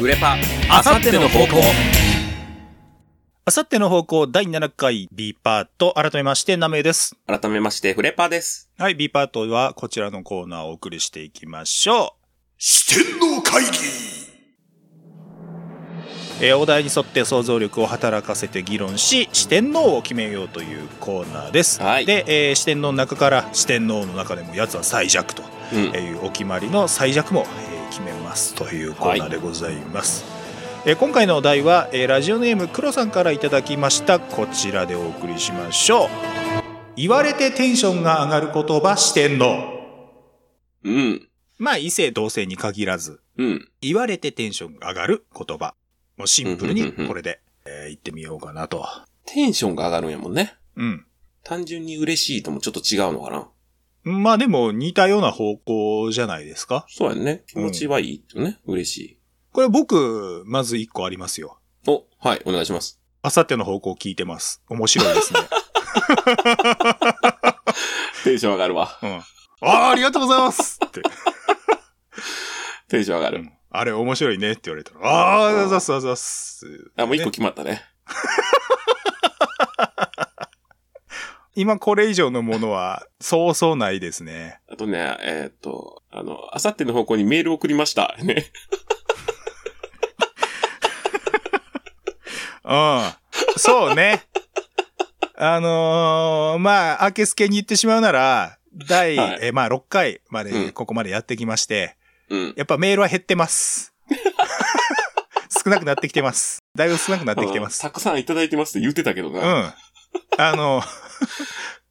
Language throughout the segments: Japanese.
売れパあさっての方向あさっての方向第7回 B パート、改めましてナメです。改めましてフレパですはい、B パートはこちらのコーナーをお送りしていきましょ四天王会議う。えーお題に沿って想像力を働かせて議論し、四天王を決めようというコーナーです。はいで、えー四天王の中から四天王の中でも奴は最弱とうんいうお決まりの最弱も、えー決めますというコーナーでございます。えー今回のお題は、えーラジオネーム黒さんからいただきましたこちらでお送りしましょう言われてテンションが上がる言葉四天王うんまあ異性同性に限らずうん言われてテンションが上がる言葉もうシンプルにこれで、えー言ってみようかなとテンションが上がるんやもんねうん単純に嬉しいともちょっと違うのかなまあでも似たような方向じゃないですかそうやね気持ちはいいよね、嬉しこれ僕まず一個ありますよいおはいお願いしますあさっての方向聞いてます面白いですねテンション上がるわうん。あーありがとうございますって。テンション上がる、うんあれ面白いねって言われたら、あーあざっすあざっす。あもう一個決まったね今これ以上のものは、そうそうないですね。あとねえーっとあのあさっての方向にメール送りました ねうん。そうね。あのー、まあ、明けすけに言ってしまうなら、第、はいえーまあ、6回まうで、んここまでやってきまして、うんやっぱメールは減ってます。少なくなってきてます。だいぶ少なくなってきてまあのす。たくさんいただいてますって言ってたけどうん。な、あの、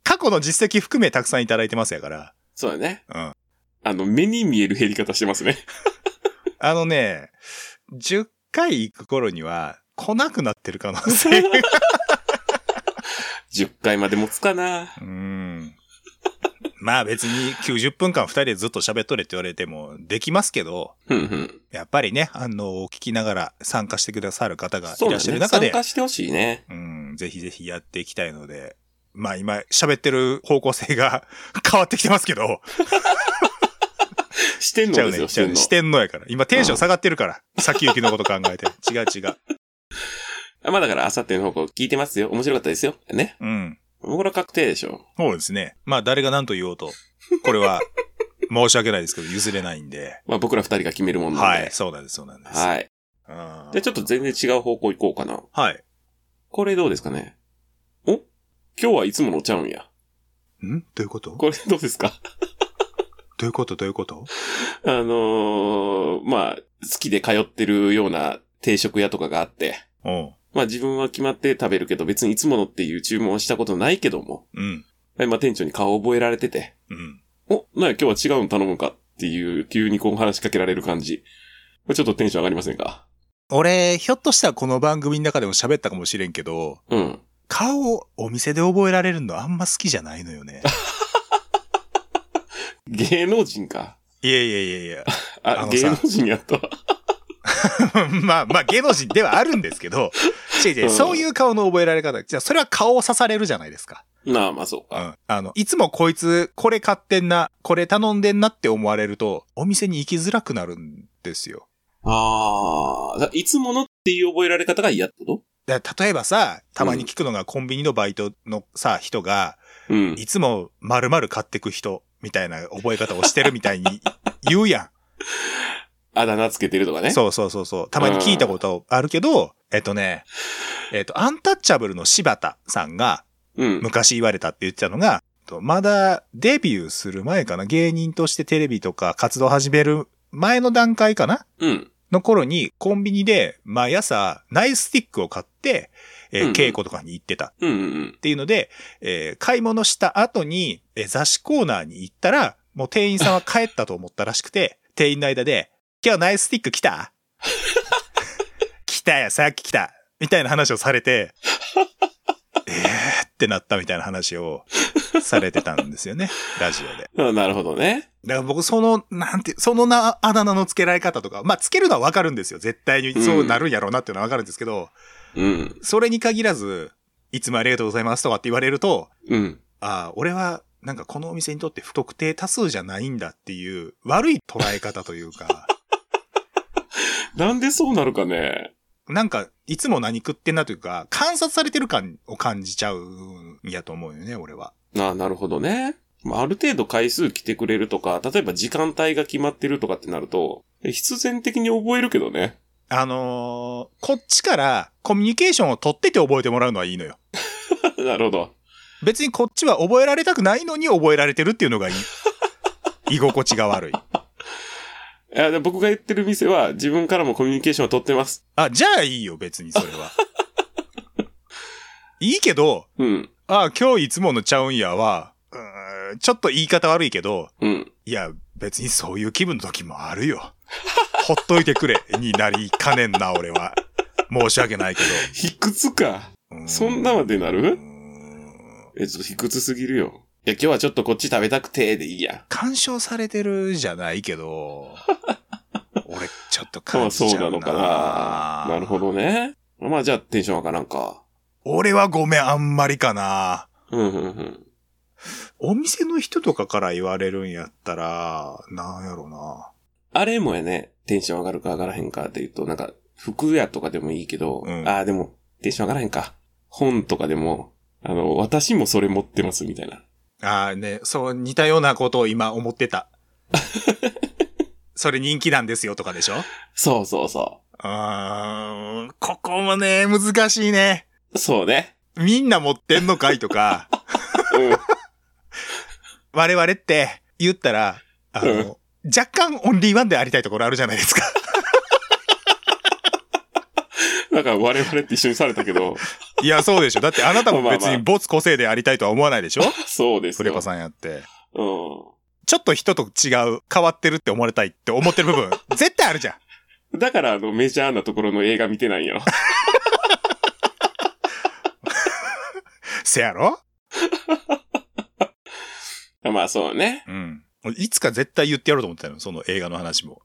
過去の実績含めたくさんいただいてますやから。そうやねうんあの目に見える減り方してますね あのね、10回行く頃には来なくなってる可能 性が。 10回までもつかな。うん。まあ別に90分間2人でずっと喋っとれって言われてもできますけど、うんうん。やっぱりね、あの、聞きながら参加してくださる方がいそうらだっしゃね。る中参で、加してほしいね。うん、ぜひぜひやっていきたいので、まあ今喋ってる方向性が 変わってきてますけど、してんのちゃうですね、よ、ちゃうね、の四。天王やから。今テンション下がってるから、先行きのこと考えて。違う違う。あまあだから、あさっての方向聞いてますよ。面白かったですよ。ね。うん。もうこれは確定でしょ。そうですね。まあ、誰が何と言おうと、これ は申し訳ないですけど、譲れないんで。まあ僕ら二人が決めるもんなんはでい。。そうなんです、そうなんです。い。はい。で、ちょっと全然違う方向行こうかな。はい。これどうですかね。お今日はいつものちゃうんや。んどういうことどこれどうですか ういうことどういうことあのー、まあ、好きで通ってるような定食屋とかがあって、おう。まあ自分は決まって食べるけど、別にいつものっていう注文はしたことないけども、うん。まあ店長に顔覚えられてて、うん。お、なんや今日は違うの頼むかっていう、急にこう話しかけられる感じ。これちょっとテンション上がりませんか俺、ひょっとしたらこの番組の中でも喋ったかもしれんけど、うん。顔をお店で覚えられるのあんま好きじゃないのよね。芸能人か。 いやいやいやいや。 ああ、のさ芸能人やったわ。 まあまあ、芸能人ではあるんですけど、違う違う、うんそういう顔の覚えられ方。じゃあ、それは顔を刺されるじゃないですか。なあ、まあそううか。ん。あの、いつもこいつ、これ買ってんな、これ頼んでんなって思われると、お店に行きづらくなるんですよ。ああ、だいつものっていう覚えられ方が嫌ってこだ例えばさ、たまに聞くのがコンビニのバイトのさ、人が、とうん。いつも丸々買ってく人、みたいな覚え方をしてるみたいに 言うやあだ名つけてるとかん。ね。そうそうそうそう。たまに聞いたことあるけど、えっとね、えっと、アンタッチャブルの柴田さんが、う。うん。昔言われたって言ってたのが、とまだデビューする前かな、芸人としてテレビとか活動始める前の段階かなうん。の頃にコンビニで毎朝ナイススティックを買って、えーうんうん稽古とかに行ってたっうんうんていうので、えー買い物した後に、えー雑誌コーナーに行ったら、もう店員さんは帰ったと思ったらしくて、 店員の間で、今日ナイススティック来た来たよ、さっき来たみたいな話をされて、えーってなったみたいな話をされてたんですよね、ラジオで。うん。あなるほどね。だから僕、その、なんて、そのな、あだ名の付けられ方とか、まあ、付けるのはわかるんですよ。絶対にそうなるんやろうなっていうのはわかるんですけど、うん。それに限らず、いつもありがとうございますとかって言われると、うん。ああ、俺は、なんかこのお店にとって不特定多数じゃないんだっていう、悪い捉え方というか、なんでそうなるかね。なんか、いつも何食ってんなというか、観察されてる感を感じちゃうんやと思うよね、俺は。ああ、なるほどね。まあ、ある程度回数来てくれるとか、例えば時間帯が決まってるとかってなると、必然的に覚えるけどね。 あのーこっちからコミュニケーションを取ってて覚えてもらうのはいいのよ。なるほど。別にこっちは覚えられたくないのに覚えられてるっていうのがいい。居心地が悪い。いやで僕が言ってる店は自分からもコミュニケーションを取ってます。あ、じゃあいいよ、別にそれは。いいけど、うん。あ、今日いつものちゃうんやは、うーんちょっと言い方悪いけど、うん。いや、別にそういう気分の時もあ るよ。ほっといてくれ、になりかねんな、俺は。申し訳ないけ卑屈か。ど。うそんなまでなうーるんえ、ちょっと卑屈すぎるよ。いや、今日はちょっとこっち食べたくて、でいいや。干渉されてるじゃない けど、俺、ちょっと感じちそゃううな。なのかな。なるほ。どね。まあ、じゃあテンション上がらんか。俺はごめん、あんまりかな。うん、うん、うん。お店の人とかから言われるんやったら、なんやろな。あれもやね、テンション上がるか上がらへんかって言うと、なんか、服屋とかでもいいけど、うんああ、でも、テンション上がらへんか。本とかでも、あの、私もそれ持ってます、みたいな。ああね、そう、似たようなことを今思ってた。 それ人気なんですよとかでしょそうそうそうーん、ここもね、難しいね。う。そうね。みんな持ってんのかいとか、 うん。我々って言ったら、あの、若干オンリーワンでありたいところあるじゃないですか。 なんか我々って一緒にされたけど、いや、そうでしょ。だってあなたも別まあまあに没個性でありたいとは思わないでしょ そうですフよ。レパさんやって。うちょっと人と違う、変わってるって思われたいって思ってる部分、絶対あるじゃん。ん。だから、あの、メジャーなところの映画見てないよ。 せやろまあ、そうね。うん。俺いつか絶対言ってやろうと思ってたの、その映画の話 も。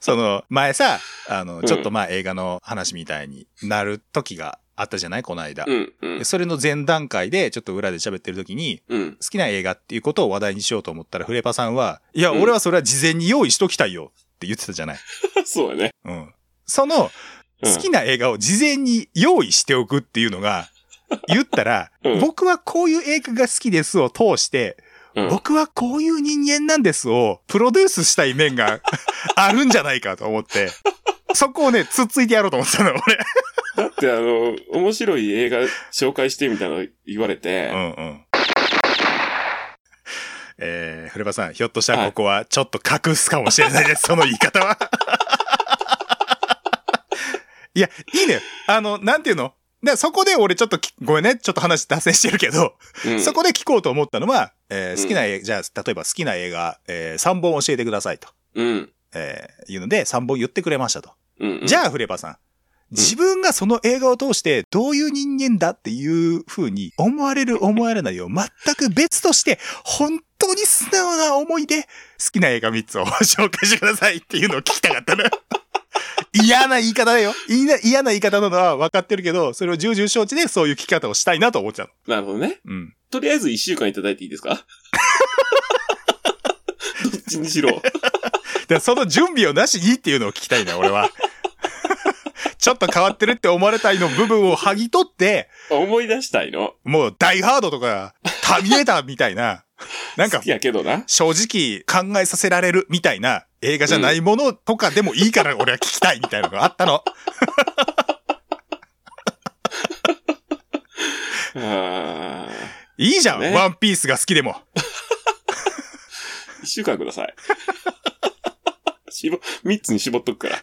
その、前さ、あの、ちょっとまあ映画の話みたいになる時があったじゃないこの間。うん、うんで、それの前段階で、ちょっと裏で喋ってる時に、うん。 好きな映画っていうことを話題にしようと思ったら、フレパさんは、いや、うん俺はそれは事前に用意しときたいよって言ってたじゃない。そうだね。うん。その、うん好きな映画を事前に用意しておくっていうのが、言ったら、うん僕はこういう映画が好きですを通して、うん僕はこういう人間なんですをプロデュースしたい 面があるんじゃないかと思って、そこをね、つっついてやろうと思ってたの、俺。だって、あの、面白い映画紹介してみたいなの言われて、うんうん。えー、古場さん、ひょっとしたらここはちょっと隠すかもしれない です、その言い方は。いや、いいね。あの、なんていうのでそこで俺ちょっとき、ごめんね、ちょっと話脱線してるけど、うんそこで聞こうと思ったのは、えうーん好きな映画、じゃあ、例えば好きな映画、え3本教えてくださいと、うん。えーいうので、3本言ってくれましたと。うん。じあ、ゃあ、フレパさん。自分がその映画を通してどういう人間だっていう風に思われる思われないを全く別として本当に素直な思いで好きな映画3つを紹介してくださいっていうのを聞きたかったな。 嫌な言い方だよ。いいな嫌な言い方なのは分かってるけど、それを重々承知でそういう聞き方をしたいなと思っちゃうなるほどね。の。うん。とりあえず一週間いただいていいですか どっちにし ろ。だからその準備をなしにっていうのを聞きたいな、俺は。ちょっと変わってるって思われたいの部分を剥ぎ取って、思い出したいの。もう、ダイハードとか、ターミネーターみたいな、なんか好き、やけどな。正直考えさせられるみたいな映画じゃないものとかでもいいから俺は聞きたいみたいなのがあったの。あいいじゃん、ねワンピースが好きでも。ー一週間くださ い。 しぼ、三つに絞っとくから。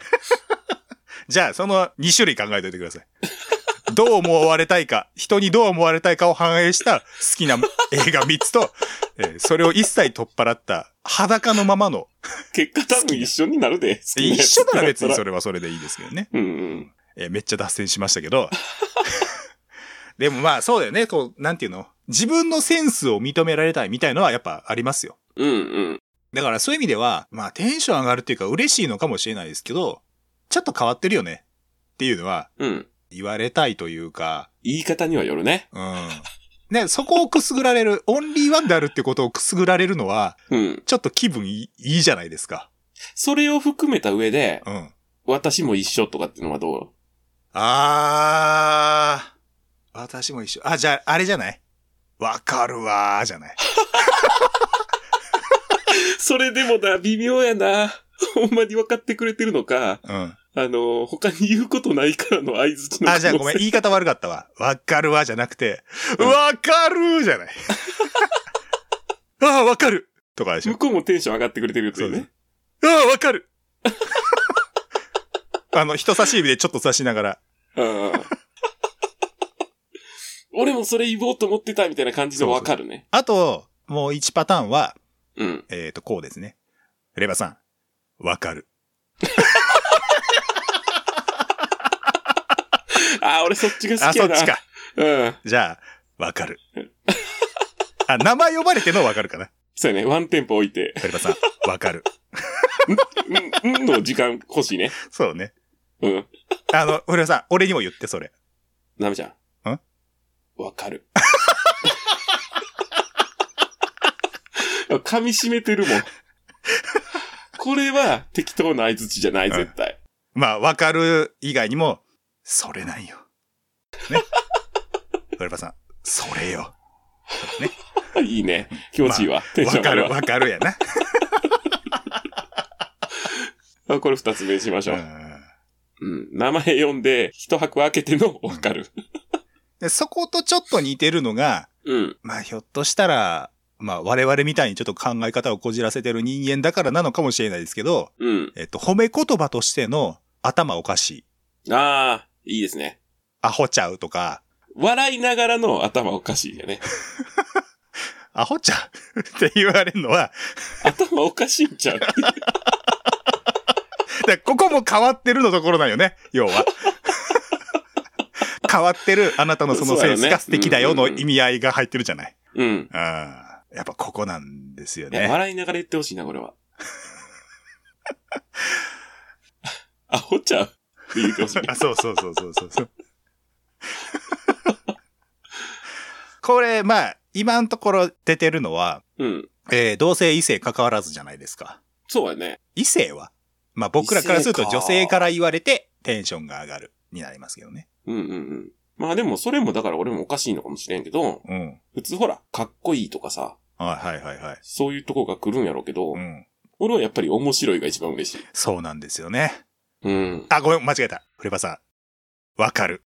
じゃあ、その2種類考えといてください。 どう思われたいか、人にどう思われたいかを反映した好きな映画3つと、 えーそれを一切取っ払った裸のままの。結果多分一緒になるで。一緒なら別にそれ。れはそれでいいですけど ね。うんうん。えーめっちゃ脱線しましたけど。 でもまあそうだよね。こう、なんていうの自分のセンスを認められたいみたいのはやっぱありますよ。うんうん。だからそういう意味では、まあテンション上がるっていうか嬉しいのかもしれないですけど、ちょっと変わってるよねっていうのはうん。言われたいというか、言い方にはよるね。うん。ね、そこをくすぐられる、オンリーワンであるってことをくすぐられるのは、うん。ちょっと気分いいいいじゃないですか。それを含めた上で、うん。私も一緒とかっていうのはどうあー。私も一緒。あ、じゃあ、あれじゃないわかるわー、じゃない。それでもな、微妙やな。ほんまに分かってくれてるのか、うん。あの、他に言うことないからの合図の可能性 あ、じゃあごめん。言い方悪かったわ。わかるわ、じゃなくて、わかるー、じ ゃない。あー、わかるとかでしょ向。こうもテンション上がってくれてるというそうね。ああ、わかる あの、人差し指でちょっと刺しながら。うん俺もそれ言おうと思ってたみたいな感じで分かるね。あと、もう1パターンは、うん。えっ、と、こうですね。レバさん、わかる。ああ、俺そっちが好あ、きやそっな。ちか。うん。じゃあ、わ かる。あ、名前呼ばれてのわかるかな。そうやね。ワンテンポ置いて。レバさん、わかる。うん、うんの時間欲しいね。そうね。うん。あの、レバさん、俺にも言って、それ。なめちゃん。んわかる。噛み締めてるもん。これは適当な相槌じゃない、うん絶対。まあ、わかる以外にも、それなんよ。 ね。レバさん、それよ。ね。いいね。気持ちいいわ。テンション上がわかるる、わ。わかるやな。あこれ二つ目にしましょうう。んうん。名前読んで、一箱開けてのわかる。で、そことちょっと似てるのが、うん。まあひょっとしたら、まあ我々みたいにちょっと考え方をこじらせてる人間だからなのかもしれないですけど、うん。えっと、褒め言葉としての頭おかしい、ああ、いいですね。アホちゃうとか、笑いながらの頭おかしいよね。アホちゃう って言われるのは、頭おかしいんちゃうだからここも変わってるのところなんよね、要は。 変わってるあなたのそのセンスが素敵だよの意味合いが入ってるじゃない。うん。うん。やっぱここなんですよいやね。笑いながら言ってほしいな、これは。 アホちゃうって言 ってほしい。あそうそうそうそうそうそう。これ、まあ、今のところ出てるのは、うん。えー同性異性関わらずじゃないですか。そうやね。異性は、まあ僕らからすると異性か女性から言われてテンションが上がるになりますけどね。うんうんうん。まあでも、それもだから俺もおかしいのかもしれんけど、うん。普通ほら、かっこいいとかさ、はいはいはいはい。そういうとこが来るんやろうけど、うん。俺はやっぱり面白いが一番嬉しい。そうなんですよね。うん。あ、ごめん、間違えた。フレパさん。わかる。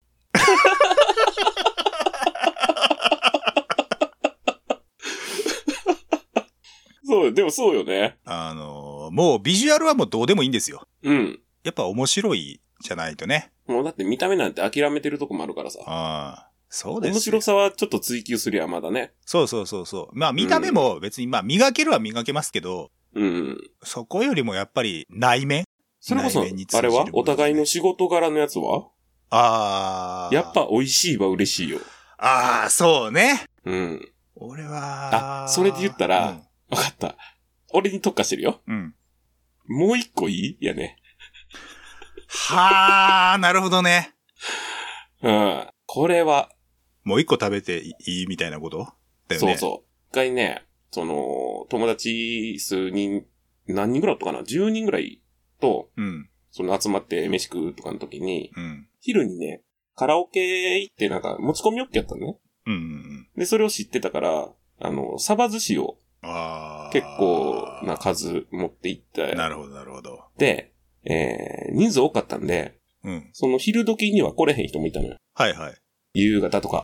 そう、でもそうよね。あのーもうビジュアルはもうどうでもいいんですよ。うん。やっぱ面白いじゃないとね。もうだって見た目なんて諦めてるとこもあるからさ。ああ。そうですよ面白さはちょっと追求すりゃまだね。そうそうそうそう。まあ見た目も別にまあ磨けるは磨けますけど、うん。そこよりもやっぱり内面それこそ、内面に通あじれるはことお互いの仕事柄のやつはああ。やっ。ぱ美味しいは嬉しいよ。ああ、そうね。うん。俺は。あそれで言ったらわかった。俺に特化してるよ。うん。うん。もう一個いいやね。はあ、なるほどね。うん。これは、もう一個食べていいみたいなことだよそね。うそう。一回ね、その、友達数人、何人ぐらいだったかな ?10 人ぐらいと、う。うん。その集まって飯食うとかの時に、うん。昼にね、カラオケ行ってなんか持ち込み OK やったのね。うんうんうん。で、それを知ってたから、あの、サバ寿司をああ。結構な数持って行って、なるほど、なるほど。で、えー、人数多かったんで、うん。その昼時には来れへん人もいたのよ。はいはい。夕方とか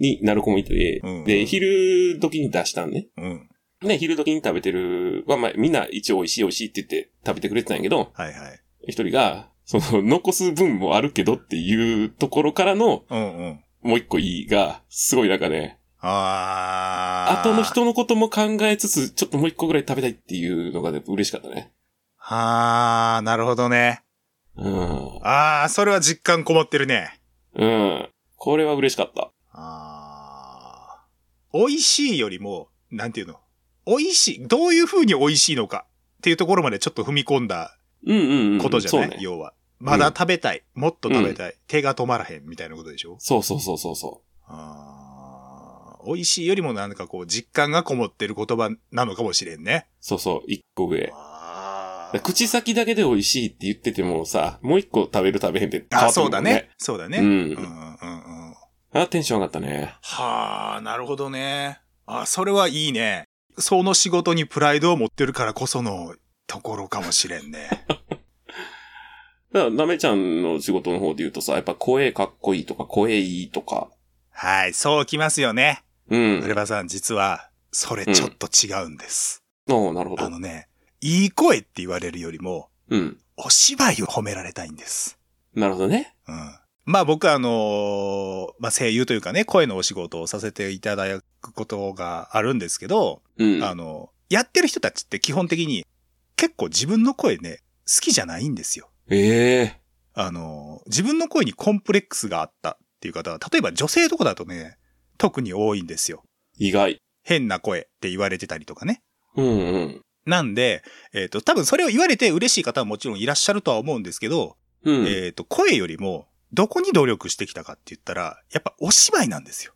になる子もいて、うんで、昼時に出したんね。うん。で、昼時に食べてるは、まあ、みんな一応美味しい美味しいって言って食べてくれてたんやけど、はいはい。一人が、その、残す分もあるけどっていうところからの、うんうん。もう一個いいが、すごいなんかね、ああ。後の人のことも考えつつ、ちょっともう一個ぐらい食べたいっていうのが、ね、嬉しかったね。はあ、なるほどね。うん。ああ、それは実感こもってるね。うん。これは嬉しかった。あー美味しいよりも、なんていうの美味しい、どういう風に美味しいのかっていうところまでちょっと踏み込んだうんうんうん。ことじゃない、そうね。要は。まだ食べたい、もっと食べたい、手が止まらへんみたいなことでしょそうそうそうそうそあー美味しいよりもなんかこう実感がこもってる言葉なのかもしれんねう。。そうそう、一個上。ああだから口先だけで美味しいって言っててもさ、もう一個食べる食べへんって変わっあ、てくそるもうだんね。。そうだね。ううんん。うんうんうん。あ、テンション上がったね。はあ、なるほどね。あ、それはいいね。その仕事にプライドを持ってるからこそのところかもしれんね。 だから、なめちゃんの仕事の方で言うとさ、やっぱ声かっこいいとか、声いいとか。はい、そうきますよね。うウん。レバさん、実は、それちょっと違うんです。おうなるほあど。のね、いい声って言われるよりも、うん。お芝居を褒められたいんです。なるほどね。うん。まあ僕はあのーまあ声優というかね、声のお仕事をさせていただくことがあるんですけど、うん。あの、やってる人たちって基本的に結構自分の声ね、好きじゃないんですよ。ええあの、自分の声にコンプレックスがあったっていう方は、例えば女性とかだとね、特に多いんですよ。意外。変な声って言われてたりとかね。うんうん。なんで、えっ、と、多分それを言われて嬉しい方はもちろんいらっしゃるとは思うんですけど、うん。えっ、と、声よりも、どこに努力してきたかって言ったら、やっぱお芝居なんですよ。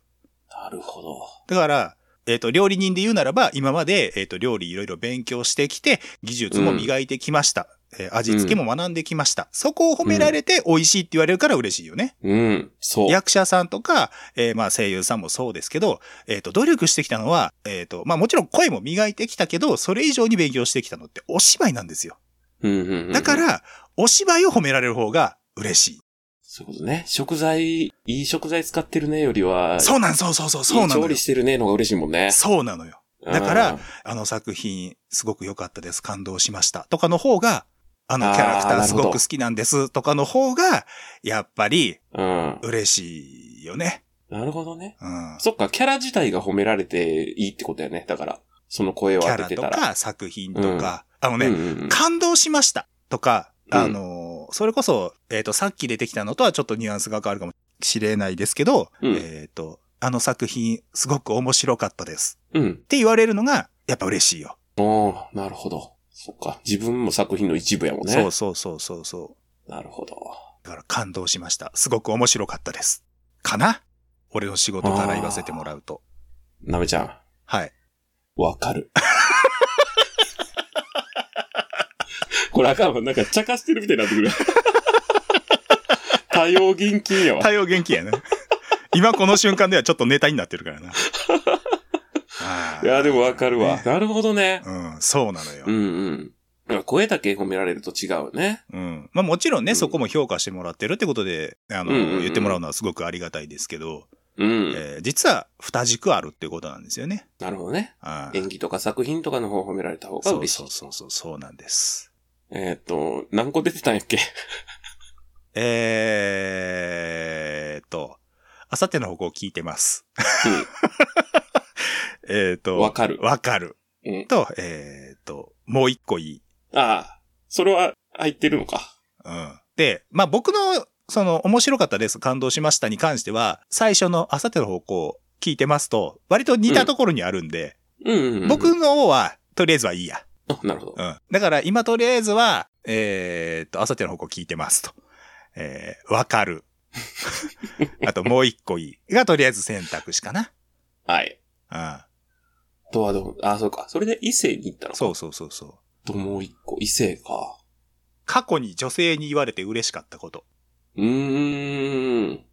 なるほど。だから、えっ、と、料理人で言うならば、今まで、えっ、と、料理いろいろ勉強してきて、技術も磨いてきました。えー味付けも学んできました。そこを褒められて、美味しいって言われるから嬉しいよね。うん。そう。役者さんとか、えーまあ声優さんもそうですけど、えっ、と、努力してきたのは、えっ、と、まあもちろん声も磨いてきたけど、それ以上に勉強してきたのってお芝居なんですよ。うんうん、うん。だか、ら、お芝居を褒められる方が嬉しい。そういうことね。食材、いい食材使ってるねよりは、そうなん、そうそうそう、そういいな調のよ理。してるねのが嬉しいもんね。そうなのよ。だからうん、あの作品すごく良かったです、感動しましたとかの方が、あのキャラクタあーーなるすほどごく好きなんですとかの方が、やっぱりうん。嬉しいよね。なるほどね。うん。そっか、キャラ自体が褒められていいってことやね。だから、その声をキ当ャてラてとたら。か作品とか、あのね、うんうんうん感動しましたとか、うんあのーそれこそ、えっ、と、さっき出てきたのとはちょっとニュアンスが変わるかもしれないですけど、うんえっと、あの作品すごく面白かったですうん。って言われるのが、やっぱ嬉しいよ。おーなるほど。そっか。自分も作品の一部やもんね。そうそうそうそうそう。なるほど。だから感動しました。すごく面白かったです。かな俺の仕事から言わせてもらうと。なめちゃん、はい。わか る。これあかんわ。なんか、茶化してるみたいになってくる。多様現金やわ。対応元気や ね。今この瞬間ではちょっとネタになってるからな。あーいや、でもわかるわ。ねなるほどね。うん、そうなのよう。んうん。声だけ褒められると違うね。うん。まあもちろんね、うんそこも評価してもらってるってことで、あの、うんうんうん言ってもらうのはすごくありがたいですけど、うん。えー実は二軸あるってことなんですよね。なるほどね。あー演技とか作品とかの方を褒められた方がそう嬉しそ。いうそうそう、そうなんです。えーっと、何個出てたんやっけ えーっと、あさっての方向を聞いてます。えっと、わかるわかる。うん。と、えっ、と、もう一個いい。ああ、それは入ってるのか。うん。で、まあ僕の、その、面白かったです、感動しましたに関しては、最初のあさての方向聞いてますと、割と似たところにあるんで、うんうん、うん。僕の方は、とりあえずはいいや。あなるほど。うん。だから今とりあえずは、えっ、と、あさての方向聞いてますと。えーわ かる。あともう一個いい。がとりあえず選択肢かな。はい。うん。あとはどう、あ、そうか。それで異性に行ったのか。そうそうそうそう。ともう一個、異性か。過去に女性に言われて嬉しかったこと。うーん。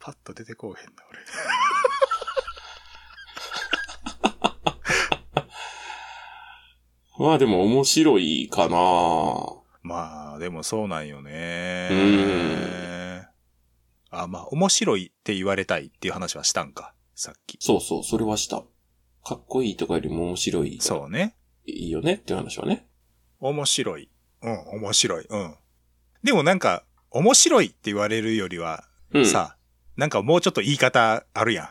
パッと出てこうへんな、俺。まあでも面白いかなまあ、でもそうなんよねう。ーあ、まあ、面白いって言われたいっていう話はしたんか、さっき。そうそう、それはした。かっこいいとかよりも面白い。そうね。う。いいよねっていう話はね。面白い。うん、面白い。うん。でもなんか、面白いって言われるよりは、うん。さ、なんかもうちょっと言い方あるや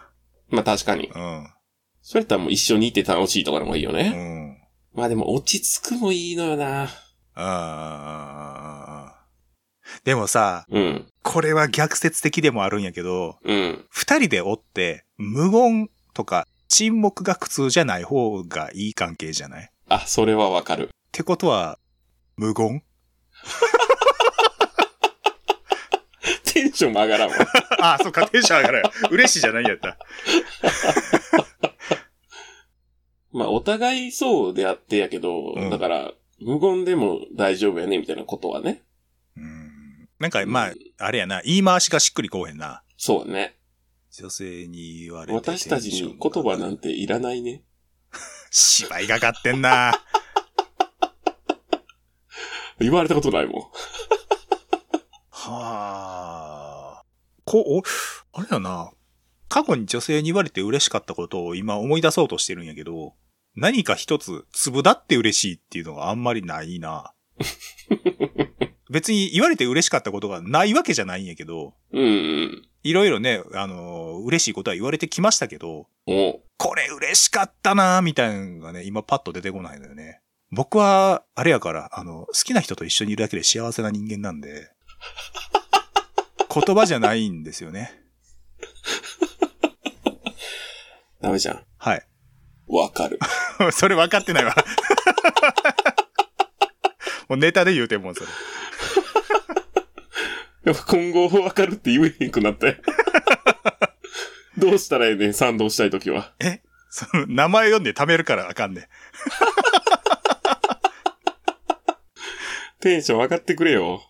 まあ確かに。ん。うん。それやったらもう一緒にいて楽しいとかの方がいいようね。ん。まあでも落ち着くもいいのよなあーでもさ、うん。これは逆説的でもあるんやけど、うん。二人でおって、無言とか沈黙が苦痛じゃない方がいい関係じゃないっあ、それはわかる。 てことは、無言テンションも上がら んわ。 ああ、そっか、テンション上 がる。嬉しいじゃないやった。まあ、お互いそうであってやけど、うんだから、無言でも大丈夫やね、みたいなことはね。うん。なんか、まあ、あれやな、言い回しがしっくりこうへんな。そうね。女性に言われて。私たちに言葉なんていらないね。芝居がかってんな。言われたことないもん。はあ。こう、おあれだな。過去に女性に言われて嬉しかったことを今思い出そうとしてるんやけど、何か一つ粒だって嬉しいっていうのがあんまりないな。別に言われて嬉しかったことがないわけじゃないんやけど、うんうん。いろいろね、あのー嬉しいことは言われてきましたけど、おうこれ嬉しかったなーみたいなのがね、今パッと出てこないのよね。僕は、あれやから、あの、好きな人と一緒にいるだけで幸せな人間なんで、言葉じゃないんですよね。ダメじゃん。はい。 わかる。 それ分かってないわ。 もうネタで言うてんもん、それ。やっぱ今後わかるって 言えへんくなったよ。どうしたらええねん、賛同したいときは。その、名前読んで貯めるからあかんねん。テンション上がってくれよ。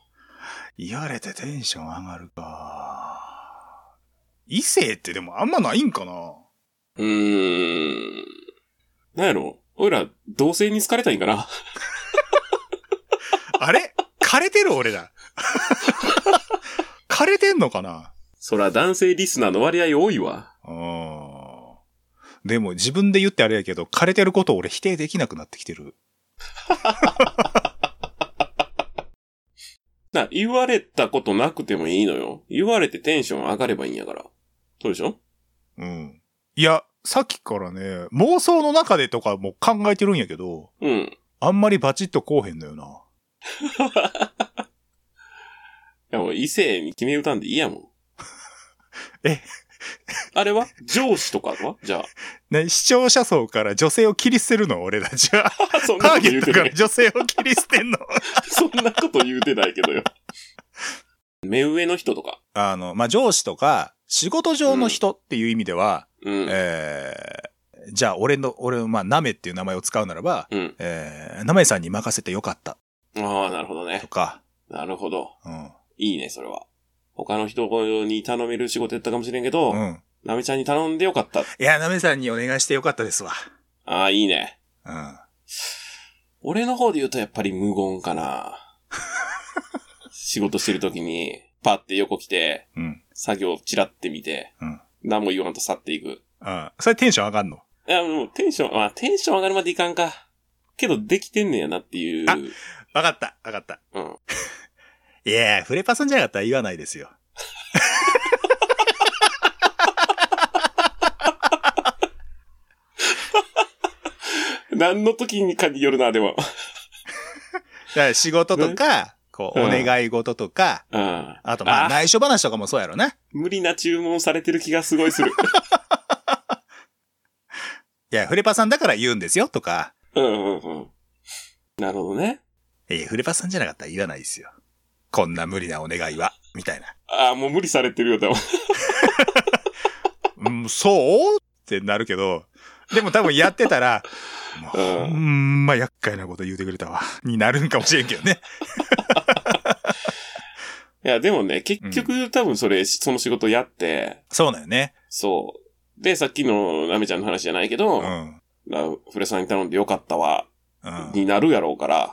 言われてテンション上がるか。異性ってでもあんまないんかなうーん。なんやろ俺ら、同性に好かれたいんかなあれ枯れてる俺ら。 枯れてんのかなそら、男性リスナーの割合多いわ。うん。でも自分で言ってあれやけど、枯れてることを俺否定できなくなってきてる。な、言われたことなくてもいいのよ。言われてテンション上がればいいんやから。そうでしょうん。いや、さっきからね、妄想の中でとかも考えてるんやけど、うん。あんまりバチッとこうへんのよな。いや、もう異性に決め歌んでいいやもん。 えあれは上司とかはじゃあ。 ね、視聴者層から女性を切り捨てるの俺らじゃあ。そんなタことーゲ言ッうトてかならい。女性を切り捨てんのそんなこと言うてないけどよ。目上の人とか。あの、まあ、上司とか、仕事上の人っていう意味では、うん。えーじゃあ俺の、俺の、まあ、ナメっていう名前を使うならば、うん。えー、ナメさんに任せてよかったああ、なるほどねと。か、なるほど。うん。いいね、それは。他の人に頼める仕事やったかもしれんけど、うん。なめちゃんに頼んでよかった。いや、ナメさんにお願いしてよかったですわ。ああ、いいね。うん。俺の方で言うとやっぱり無言か な。仕事してる時に、パって横来て、うん。作業チラって見て、うん何も言わんと去っていく。うん。それテンション上がんのいや、もうテンション、まあ、テンション上がるまでいかんか。けど、できてんねやなっていう。あわかった、わかった。うん。いやー、フレパさんじゃなかったら言わないですよ。何の時にかによるな、でも。だから仕事とか、こう、おうん願い事とか、うん。あと、まあ、あ内緒話とかもそうやろな。い無理な注文されてる気がすごい する。や、フレパさんだから言うんですよ、とか、うんうんうん。なるほどね。えー、フレパさんじゃなかったら言わないですよ。こんな無理なお願いは、みたいな。ああ、もう無理されてるよ、でも。うん、そうってなるけど、でも多分やってたら、も ううんほんま厄介なこと言うてくれたわ、になるんかもしれんけどね。いや、でもね、結局、多分それ、その仕事やって、そうだよね。そう。で、さっきのなめちゃんの話じゃないけうど、ん。なフレさんに頼んでよかったわ、うん。になるやろうから、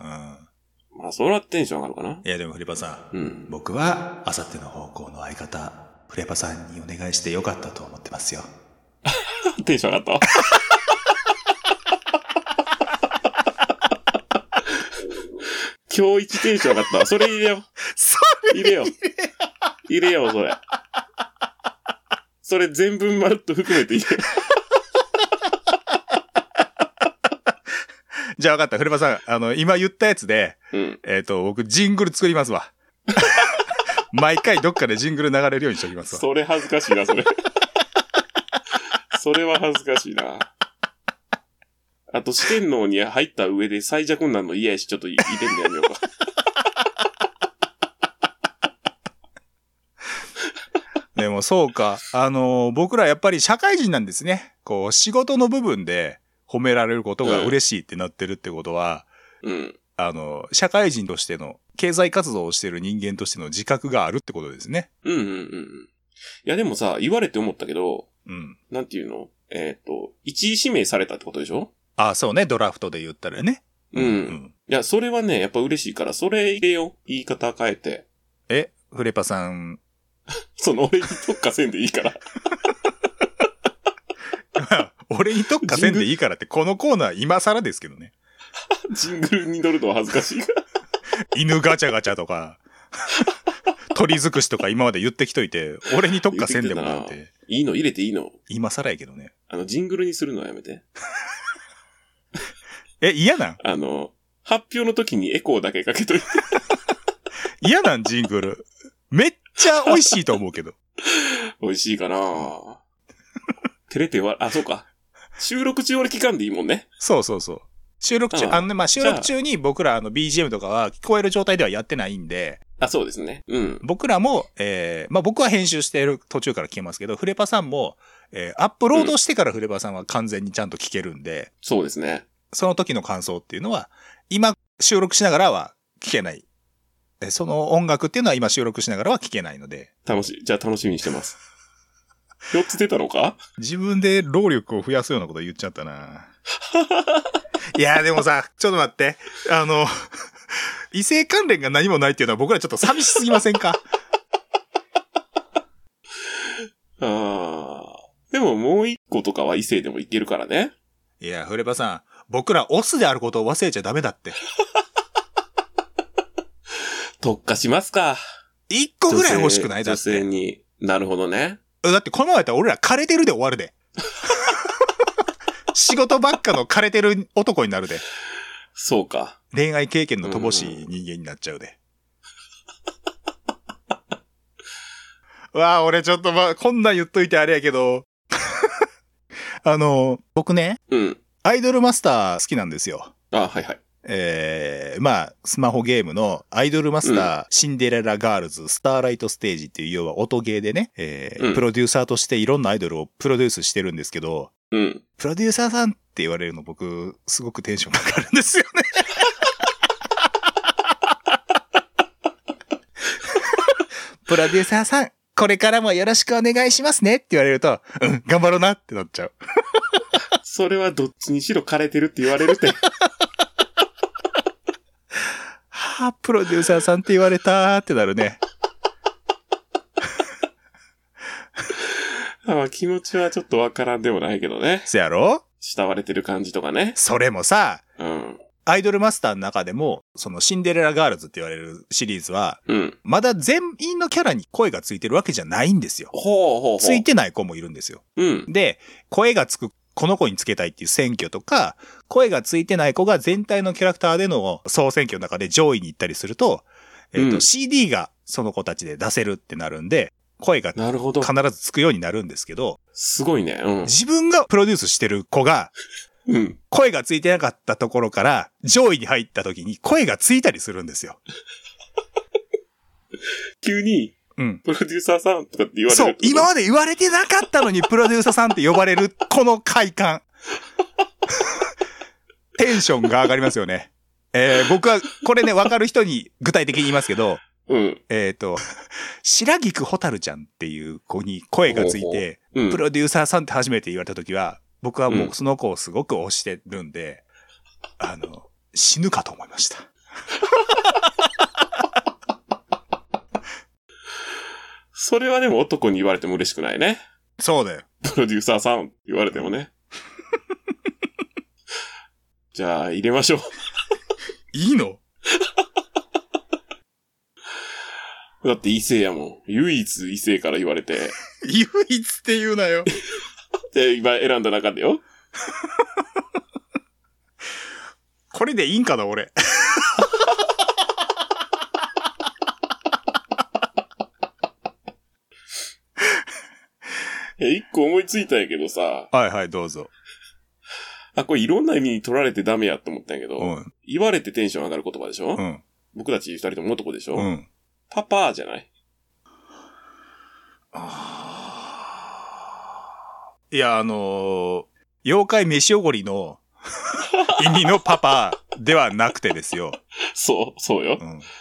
うん。まあ、それはテンション上がるかな。いや、でもフレパさん、うん。僕は、あさっての方向の相方、フレパさんにお願いしてよかったと思ってますよ。テンション上がった。今日一テンション上がったわ。それ入れよう。そ入れよう。入れよう、それ。それ全文まるっと含めて入れよじゃあ分かった。フレパさん、あの、今言ったやつで、う。うん。えっ、と、僕、ジングル作ります わ。毎回どっかでジングル流れるようにしておきますわ。それ恥ずかしいな、それ。それは恥ずかしいな。あと、四天王に入った上で最弱になるの嫌やし、ちょっと入れるのやめようか。でもそうか。あのー僕らやっぱり社会人なんですね。こう、仕事の部分で褒められることが嬉しいってなってるってことは、うん。あの、社会人としての、経済活動をしている人間としての自覚があるってことですね。うんうんうんうん。いやでもさ、言われて思ったけど、うん。なんていうのえっ、と、一位指名されたってことでしょああ、そうね、ドラフトで言ったらね。うんいや、それはね、やっぱ嬉しいから、それ入れよう。言い方変えて。え、フレパさん、 その俺に特化せんでいいから。俺に特化せんでいいからって、このコーナー今更ですけどね。ジングルに乗るのは恥ずかしいから。犬ガチャガチャと か、鳥尽くしとか今まで言ってきといて、俺に特化せんでもなん言て、いいの入れていいの。今更やけどね。あの、ジングルにするのはやめて。え、嫌なんあの、発表の時にエコーだけかけといて。 嫌なんジングル。めっちゃ美味しいと思うけど。美味しいかな照れてわ、あ、そうか。収録中俺期間でいいもんね。そうそうそう。収録中、うんあのね、まあ、収じゃあ録中に僕らあの BGM とかは聞こえる状態ではやってないんで、あ、そうですね。うん。僕らも、えー、まあ、僕は編集してる途中から聞けますけど、フレパさんも、えー、アップロードしてからフレパさんは完全にちゃんと聞けるんで、そうですね。その時の感想っていうのは、今収録しながらは聞けない。えその音楽っていうのは今収録しながらは聞けないので、楽しい。じゃあ楽しみにしてます。4つ出たのか自分で労力を増やすようなこと言っちゃったないや、でもさ、 ちょっと待って。あの、 異性関連が何もないっていうのは僕らちょっと寂しすぎません かあーでももう1個とかは異性でもいけるからね。いや、フレパさん、僕らオスであることを忘れちゃダメだって。特化しますか。一個ぐらい欲しくないだ女っ性て女性。に。なるほどね。だってこのままやったら俺ら枯れてるで終わ るで。仕事ばっかの枯れてる男になるで。そうか。恋愛経験の乏しい人間になっちゃうで。わあ、俺ちょっとまあ、こんなん言っといてあれやけど。 あの、僕ね、うん。アイドルマスター好きなんですよ。あ、はいはい。えー、まあ、スマホゲームのアイドルマスター、シンデレラガールズ、スターライトステージっていう、要は音ゲーでね、えーうんプロデューサーとしていろんなアイドルをプロデュースしてるんですけど、うん。プロデューサーさんって言われるの僕、すごくテンションかかるんで すよね。プロデューサーさん、これからもよろしくお願いしますねって言われると、うん、頑張ろうなってなっちゃう。それはどっちにしろ枯れてるって言われるって。はあ、プロデューサーさんって言われたーってなるね。あ気持ちはちょっとわからんでもないけどね。せやろ慕われてる感じとかね。それもさ、うん。アイドルマスターの中でも、そのシンデレラガールズって言われるシリーズは、うん。まだ全員のキャラに声がついてるわけじゃないんですよ。ほうほうほう。ついてない子もいるんですよ。うん。で、声がつく、この子につけたいっていう選挙とか、声がついてない子が全体のキャラクターでの総選挙の中で上位に行ったりすると、えっ、うと、ん CD がその子たちで出せるってなるんで、声がなるほど。必ずつくようになるんですけど、すごいね。う自分がプロデュースしてる子が、ん。うん。声がついてなかったところから、上位に入った時に声がついたりするんですよ。急に、うん。プロデューサーさんとかって言われる。そう、今まで言われてなかったの にプロデューサーさんって呼ばれる、この快感。 テンションが上がりますよね。えー僕は、これね、わかる人に具体的に言いますけど、うん。えっ、と、白菊蛍ちゃんっていう子に声がついて、うん。プロデューサーさんって初めて言われた時は、僕はもうんうその子をすごく推してるんで、あの、死ぬかと思いました。それはでも男に言われても嬉しくないね。そうだよ。プロデューサーさんって言われてもね。じゃあ、入れましょいいの う。だって異性やもん。唯一異性から言われて。唯一って言うなよ。で、今選んだ中でよ。これでいいんかな、俺。え、一個思いついたんやけどさ。はいはい、どうぞ。あ、これいろんな意味に取られてダメやと思ったんやけど。うん。言われてテンション上がる言葉でしょ、うん。僕たち二人とも男でしょ、うん。パパーじゃないいや、あのー 妖怪飯おごりの意味のパパではなくてですよ。そう、そうよ。う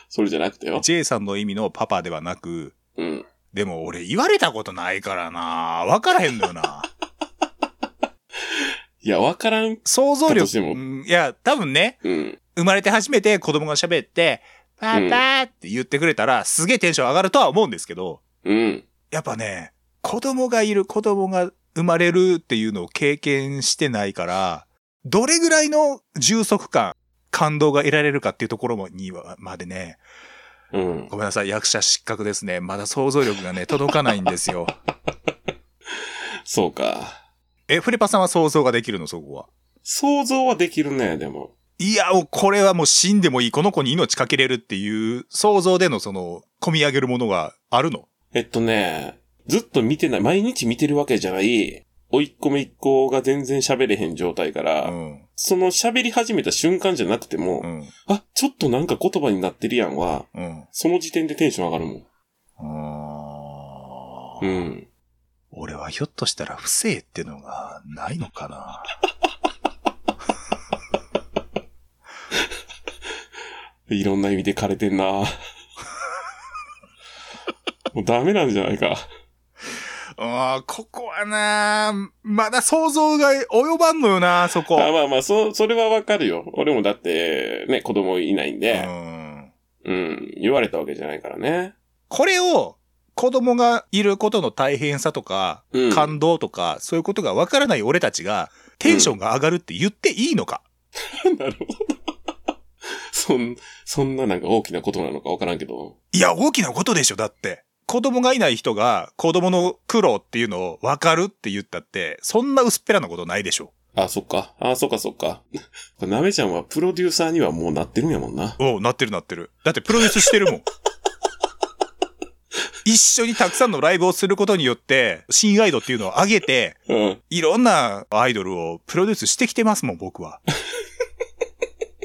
それじゃなくてよん。。J さんの意味のパパではなく、うん。でも俺言われたことないからなわからへんのよ ないや、わからん。想像だ力としてもうんいや、多分ね、うん。生まれて初めて子供が喋って、パパーって言ってくれたら、すげえテンション上がるとは思うんですけど、うん。やっぱね、子供がいる、子供が生まれるっていうのを経験してないから、どれぐらいの充足感、感動が得られるかっていうところもにはまでね、うん。ごめんなさい、役者失格ですね。まだ想像力がね、届かないんですよ。そうか。え、フレパさんは想像ができるの、そこは。想像はできるね、でも。いや、もうこれはもう死んでもいい、この子に命かけれるっていう想像でのその、込み上げるものがあるのえっとね、ずっと見てない、毎日見てるわけじゃない、おいっ子めいっ子が全然喋れへん状態から、うん。その喋り始めた瞬間じゃなくても、うん。あ、ちょっとなんか言葉になってるやんは、うん。その時点でテンション上がるもん。あーうん。俺はひょっとしたら不正ってのがないのかな。いろんな意味で枯れてんな もうダメなんじゃないか。ああ、ここはな、まだ想像が及ばんのよな、そこ。あまあまあ、そ、それはわかるよ。俺もだって、ね、子供いないんうで、ん。うん、言われたわけじゃないからね。これを、子供がいることの大変さとか、うん感動とか、そういうことがわからない俺たちが、テンションが上がるって言っていいのか、 なるほど。 そん、そんななんか大きなことなのかわからんけど。いや、大きなことでしょ、だって。子供がいない人が、子供の苦労っていうのをわかるって言ったって、そんな薄っぺらなことないでしょ。あ、そっか。あ、そっかそっか。これなめちゃんはプロデューサーにはもうなってるんやもんな。おうなってるなってる。だってプロデュースしてるもん。一緒にたくさんのライブをすることによって、親愛度っていうのを上げて、うん。いろんなアイドルをプロデュースしてきてますもん、僕は。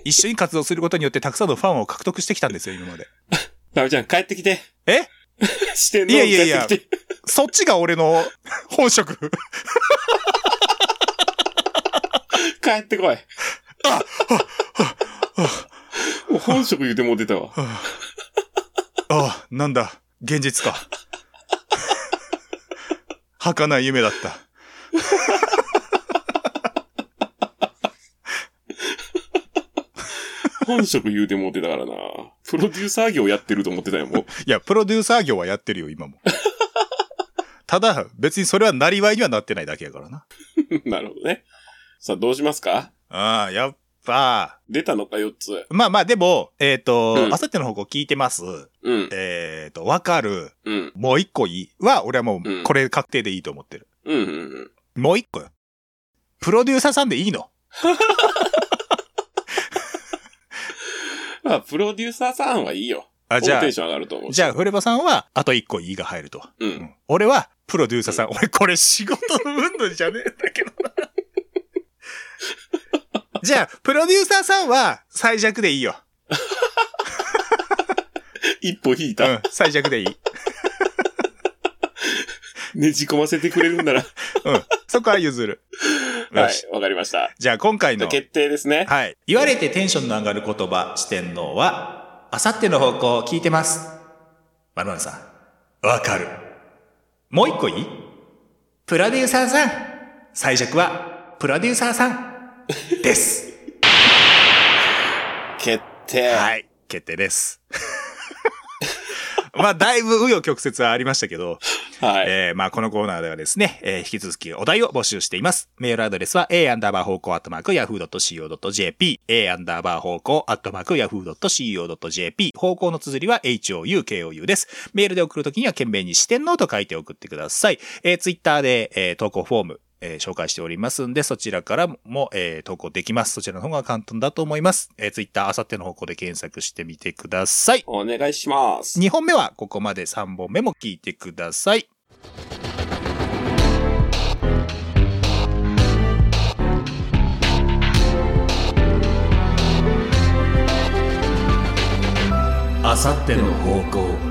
一緒に活動することによってたくさんのファンを獲得してきたんですよ、今まで。なめちゃん帰ってきて。 えしてんのいやいやいや帰ってきて。そっちが俺の本職。帰ってこい。もう本職言うてもう出たわ。ああ、なんだ、現実か。儚い夢だった。本職言うてもうてたからな。プロデューサー業やってると思ってたよ、もう。いや、プロデューサー業はやってるよ、今も。ただ、別にそれはなりわいにはなってないだけやから な。なるほどね。さあ、どうしますかああ、やっぱ、出たのか、4つ。まあまあ、でも、えっ、うと、んあさっての方向聞いてます。うん、えっ、と、わかる。うん、もう一個いい。は、俺はもうう、んこれ確定でいいと思ってる。うん、うん。もう一個よ。プロデューサーさんでいいのまあ、プロデューサーさんはいいよ。あ、じゃこのテンシあ、ョン上がると思う。じゃあ、あ、フレバさんは、あと一個いいが入ると。う。うんん俺は、プロデューサーさん。俺、これ仕事の運動じゃねえんだけどな。 じゃあ、プロデューサーさんは、最弱でいいよ。一歩引いうた。ん、最弱でいい。ねじ込ませてくれるんな ら。うん、そこは譲る。はよいし。、わかりました。じゃあ、今回じゃのあ、決定ですね。はい。言われてテンションの上がる言葉、四天王は、あさっての方向を聞いてます。まるまるさん、わかる。もう一個いいプロデューサーさん。最弱は、プロデューサーさん。です。決定。はい。決定です。 まあ、だいぶ紆余曲折はありましたけど、はい。えーまあ、このコーナーではですね、えー引き続きお題を募集しています。メールアドレスは a アンダーバー方向アットマーク yahoo.co.jp a アンダーバー方向アットマーク yahoo.co.jp 方向の綴りは houkou です。メールで送るときには懸命に視点のと書いて送ってください。えー、ツイッターで、えー投稿フォーム、えー紹介しておりますんで、そちらからも、えー投稿できます。そちらの方が簡単だと思います。えー、ツイッターあさっての方向で検索してみてください。お願いします。 2本目はここまで3本目も聞いてください。あさっての方向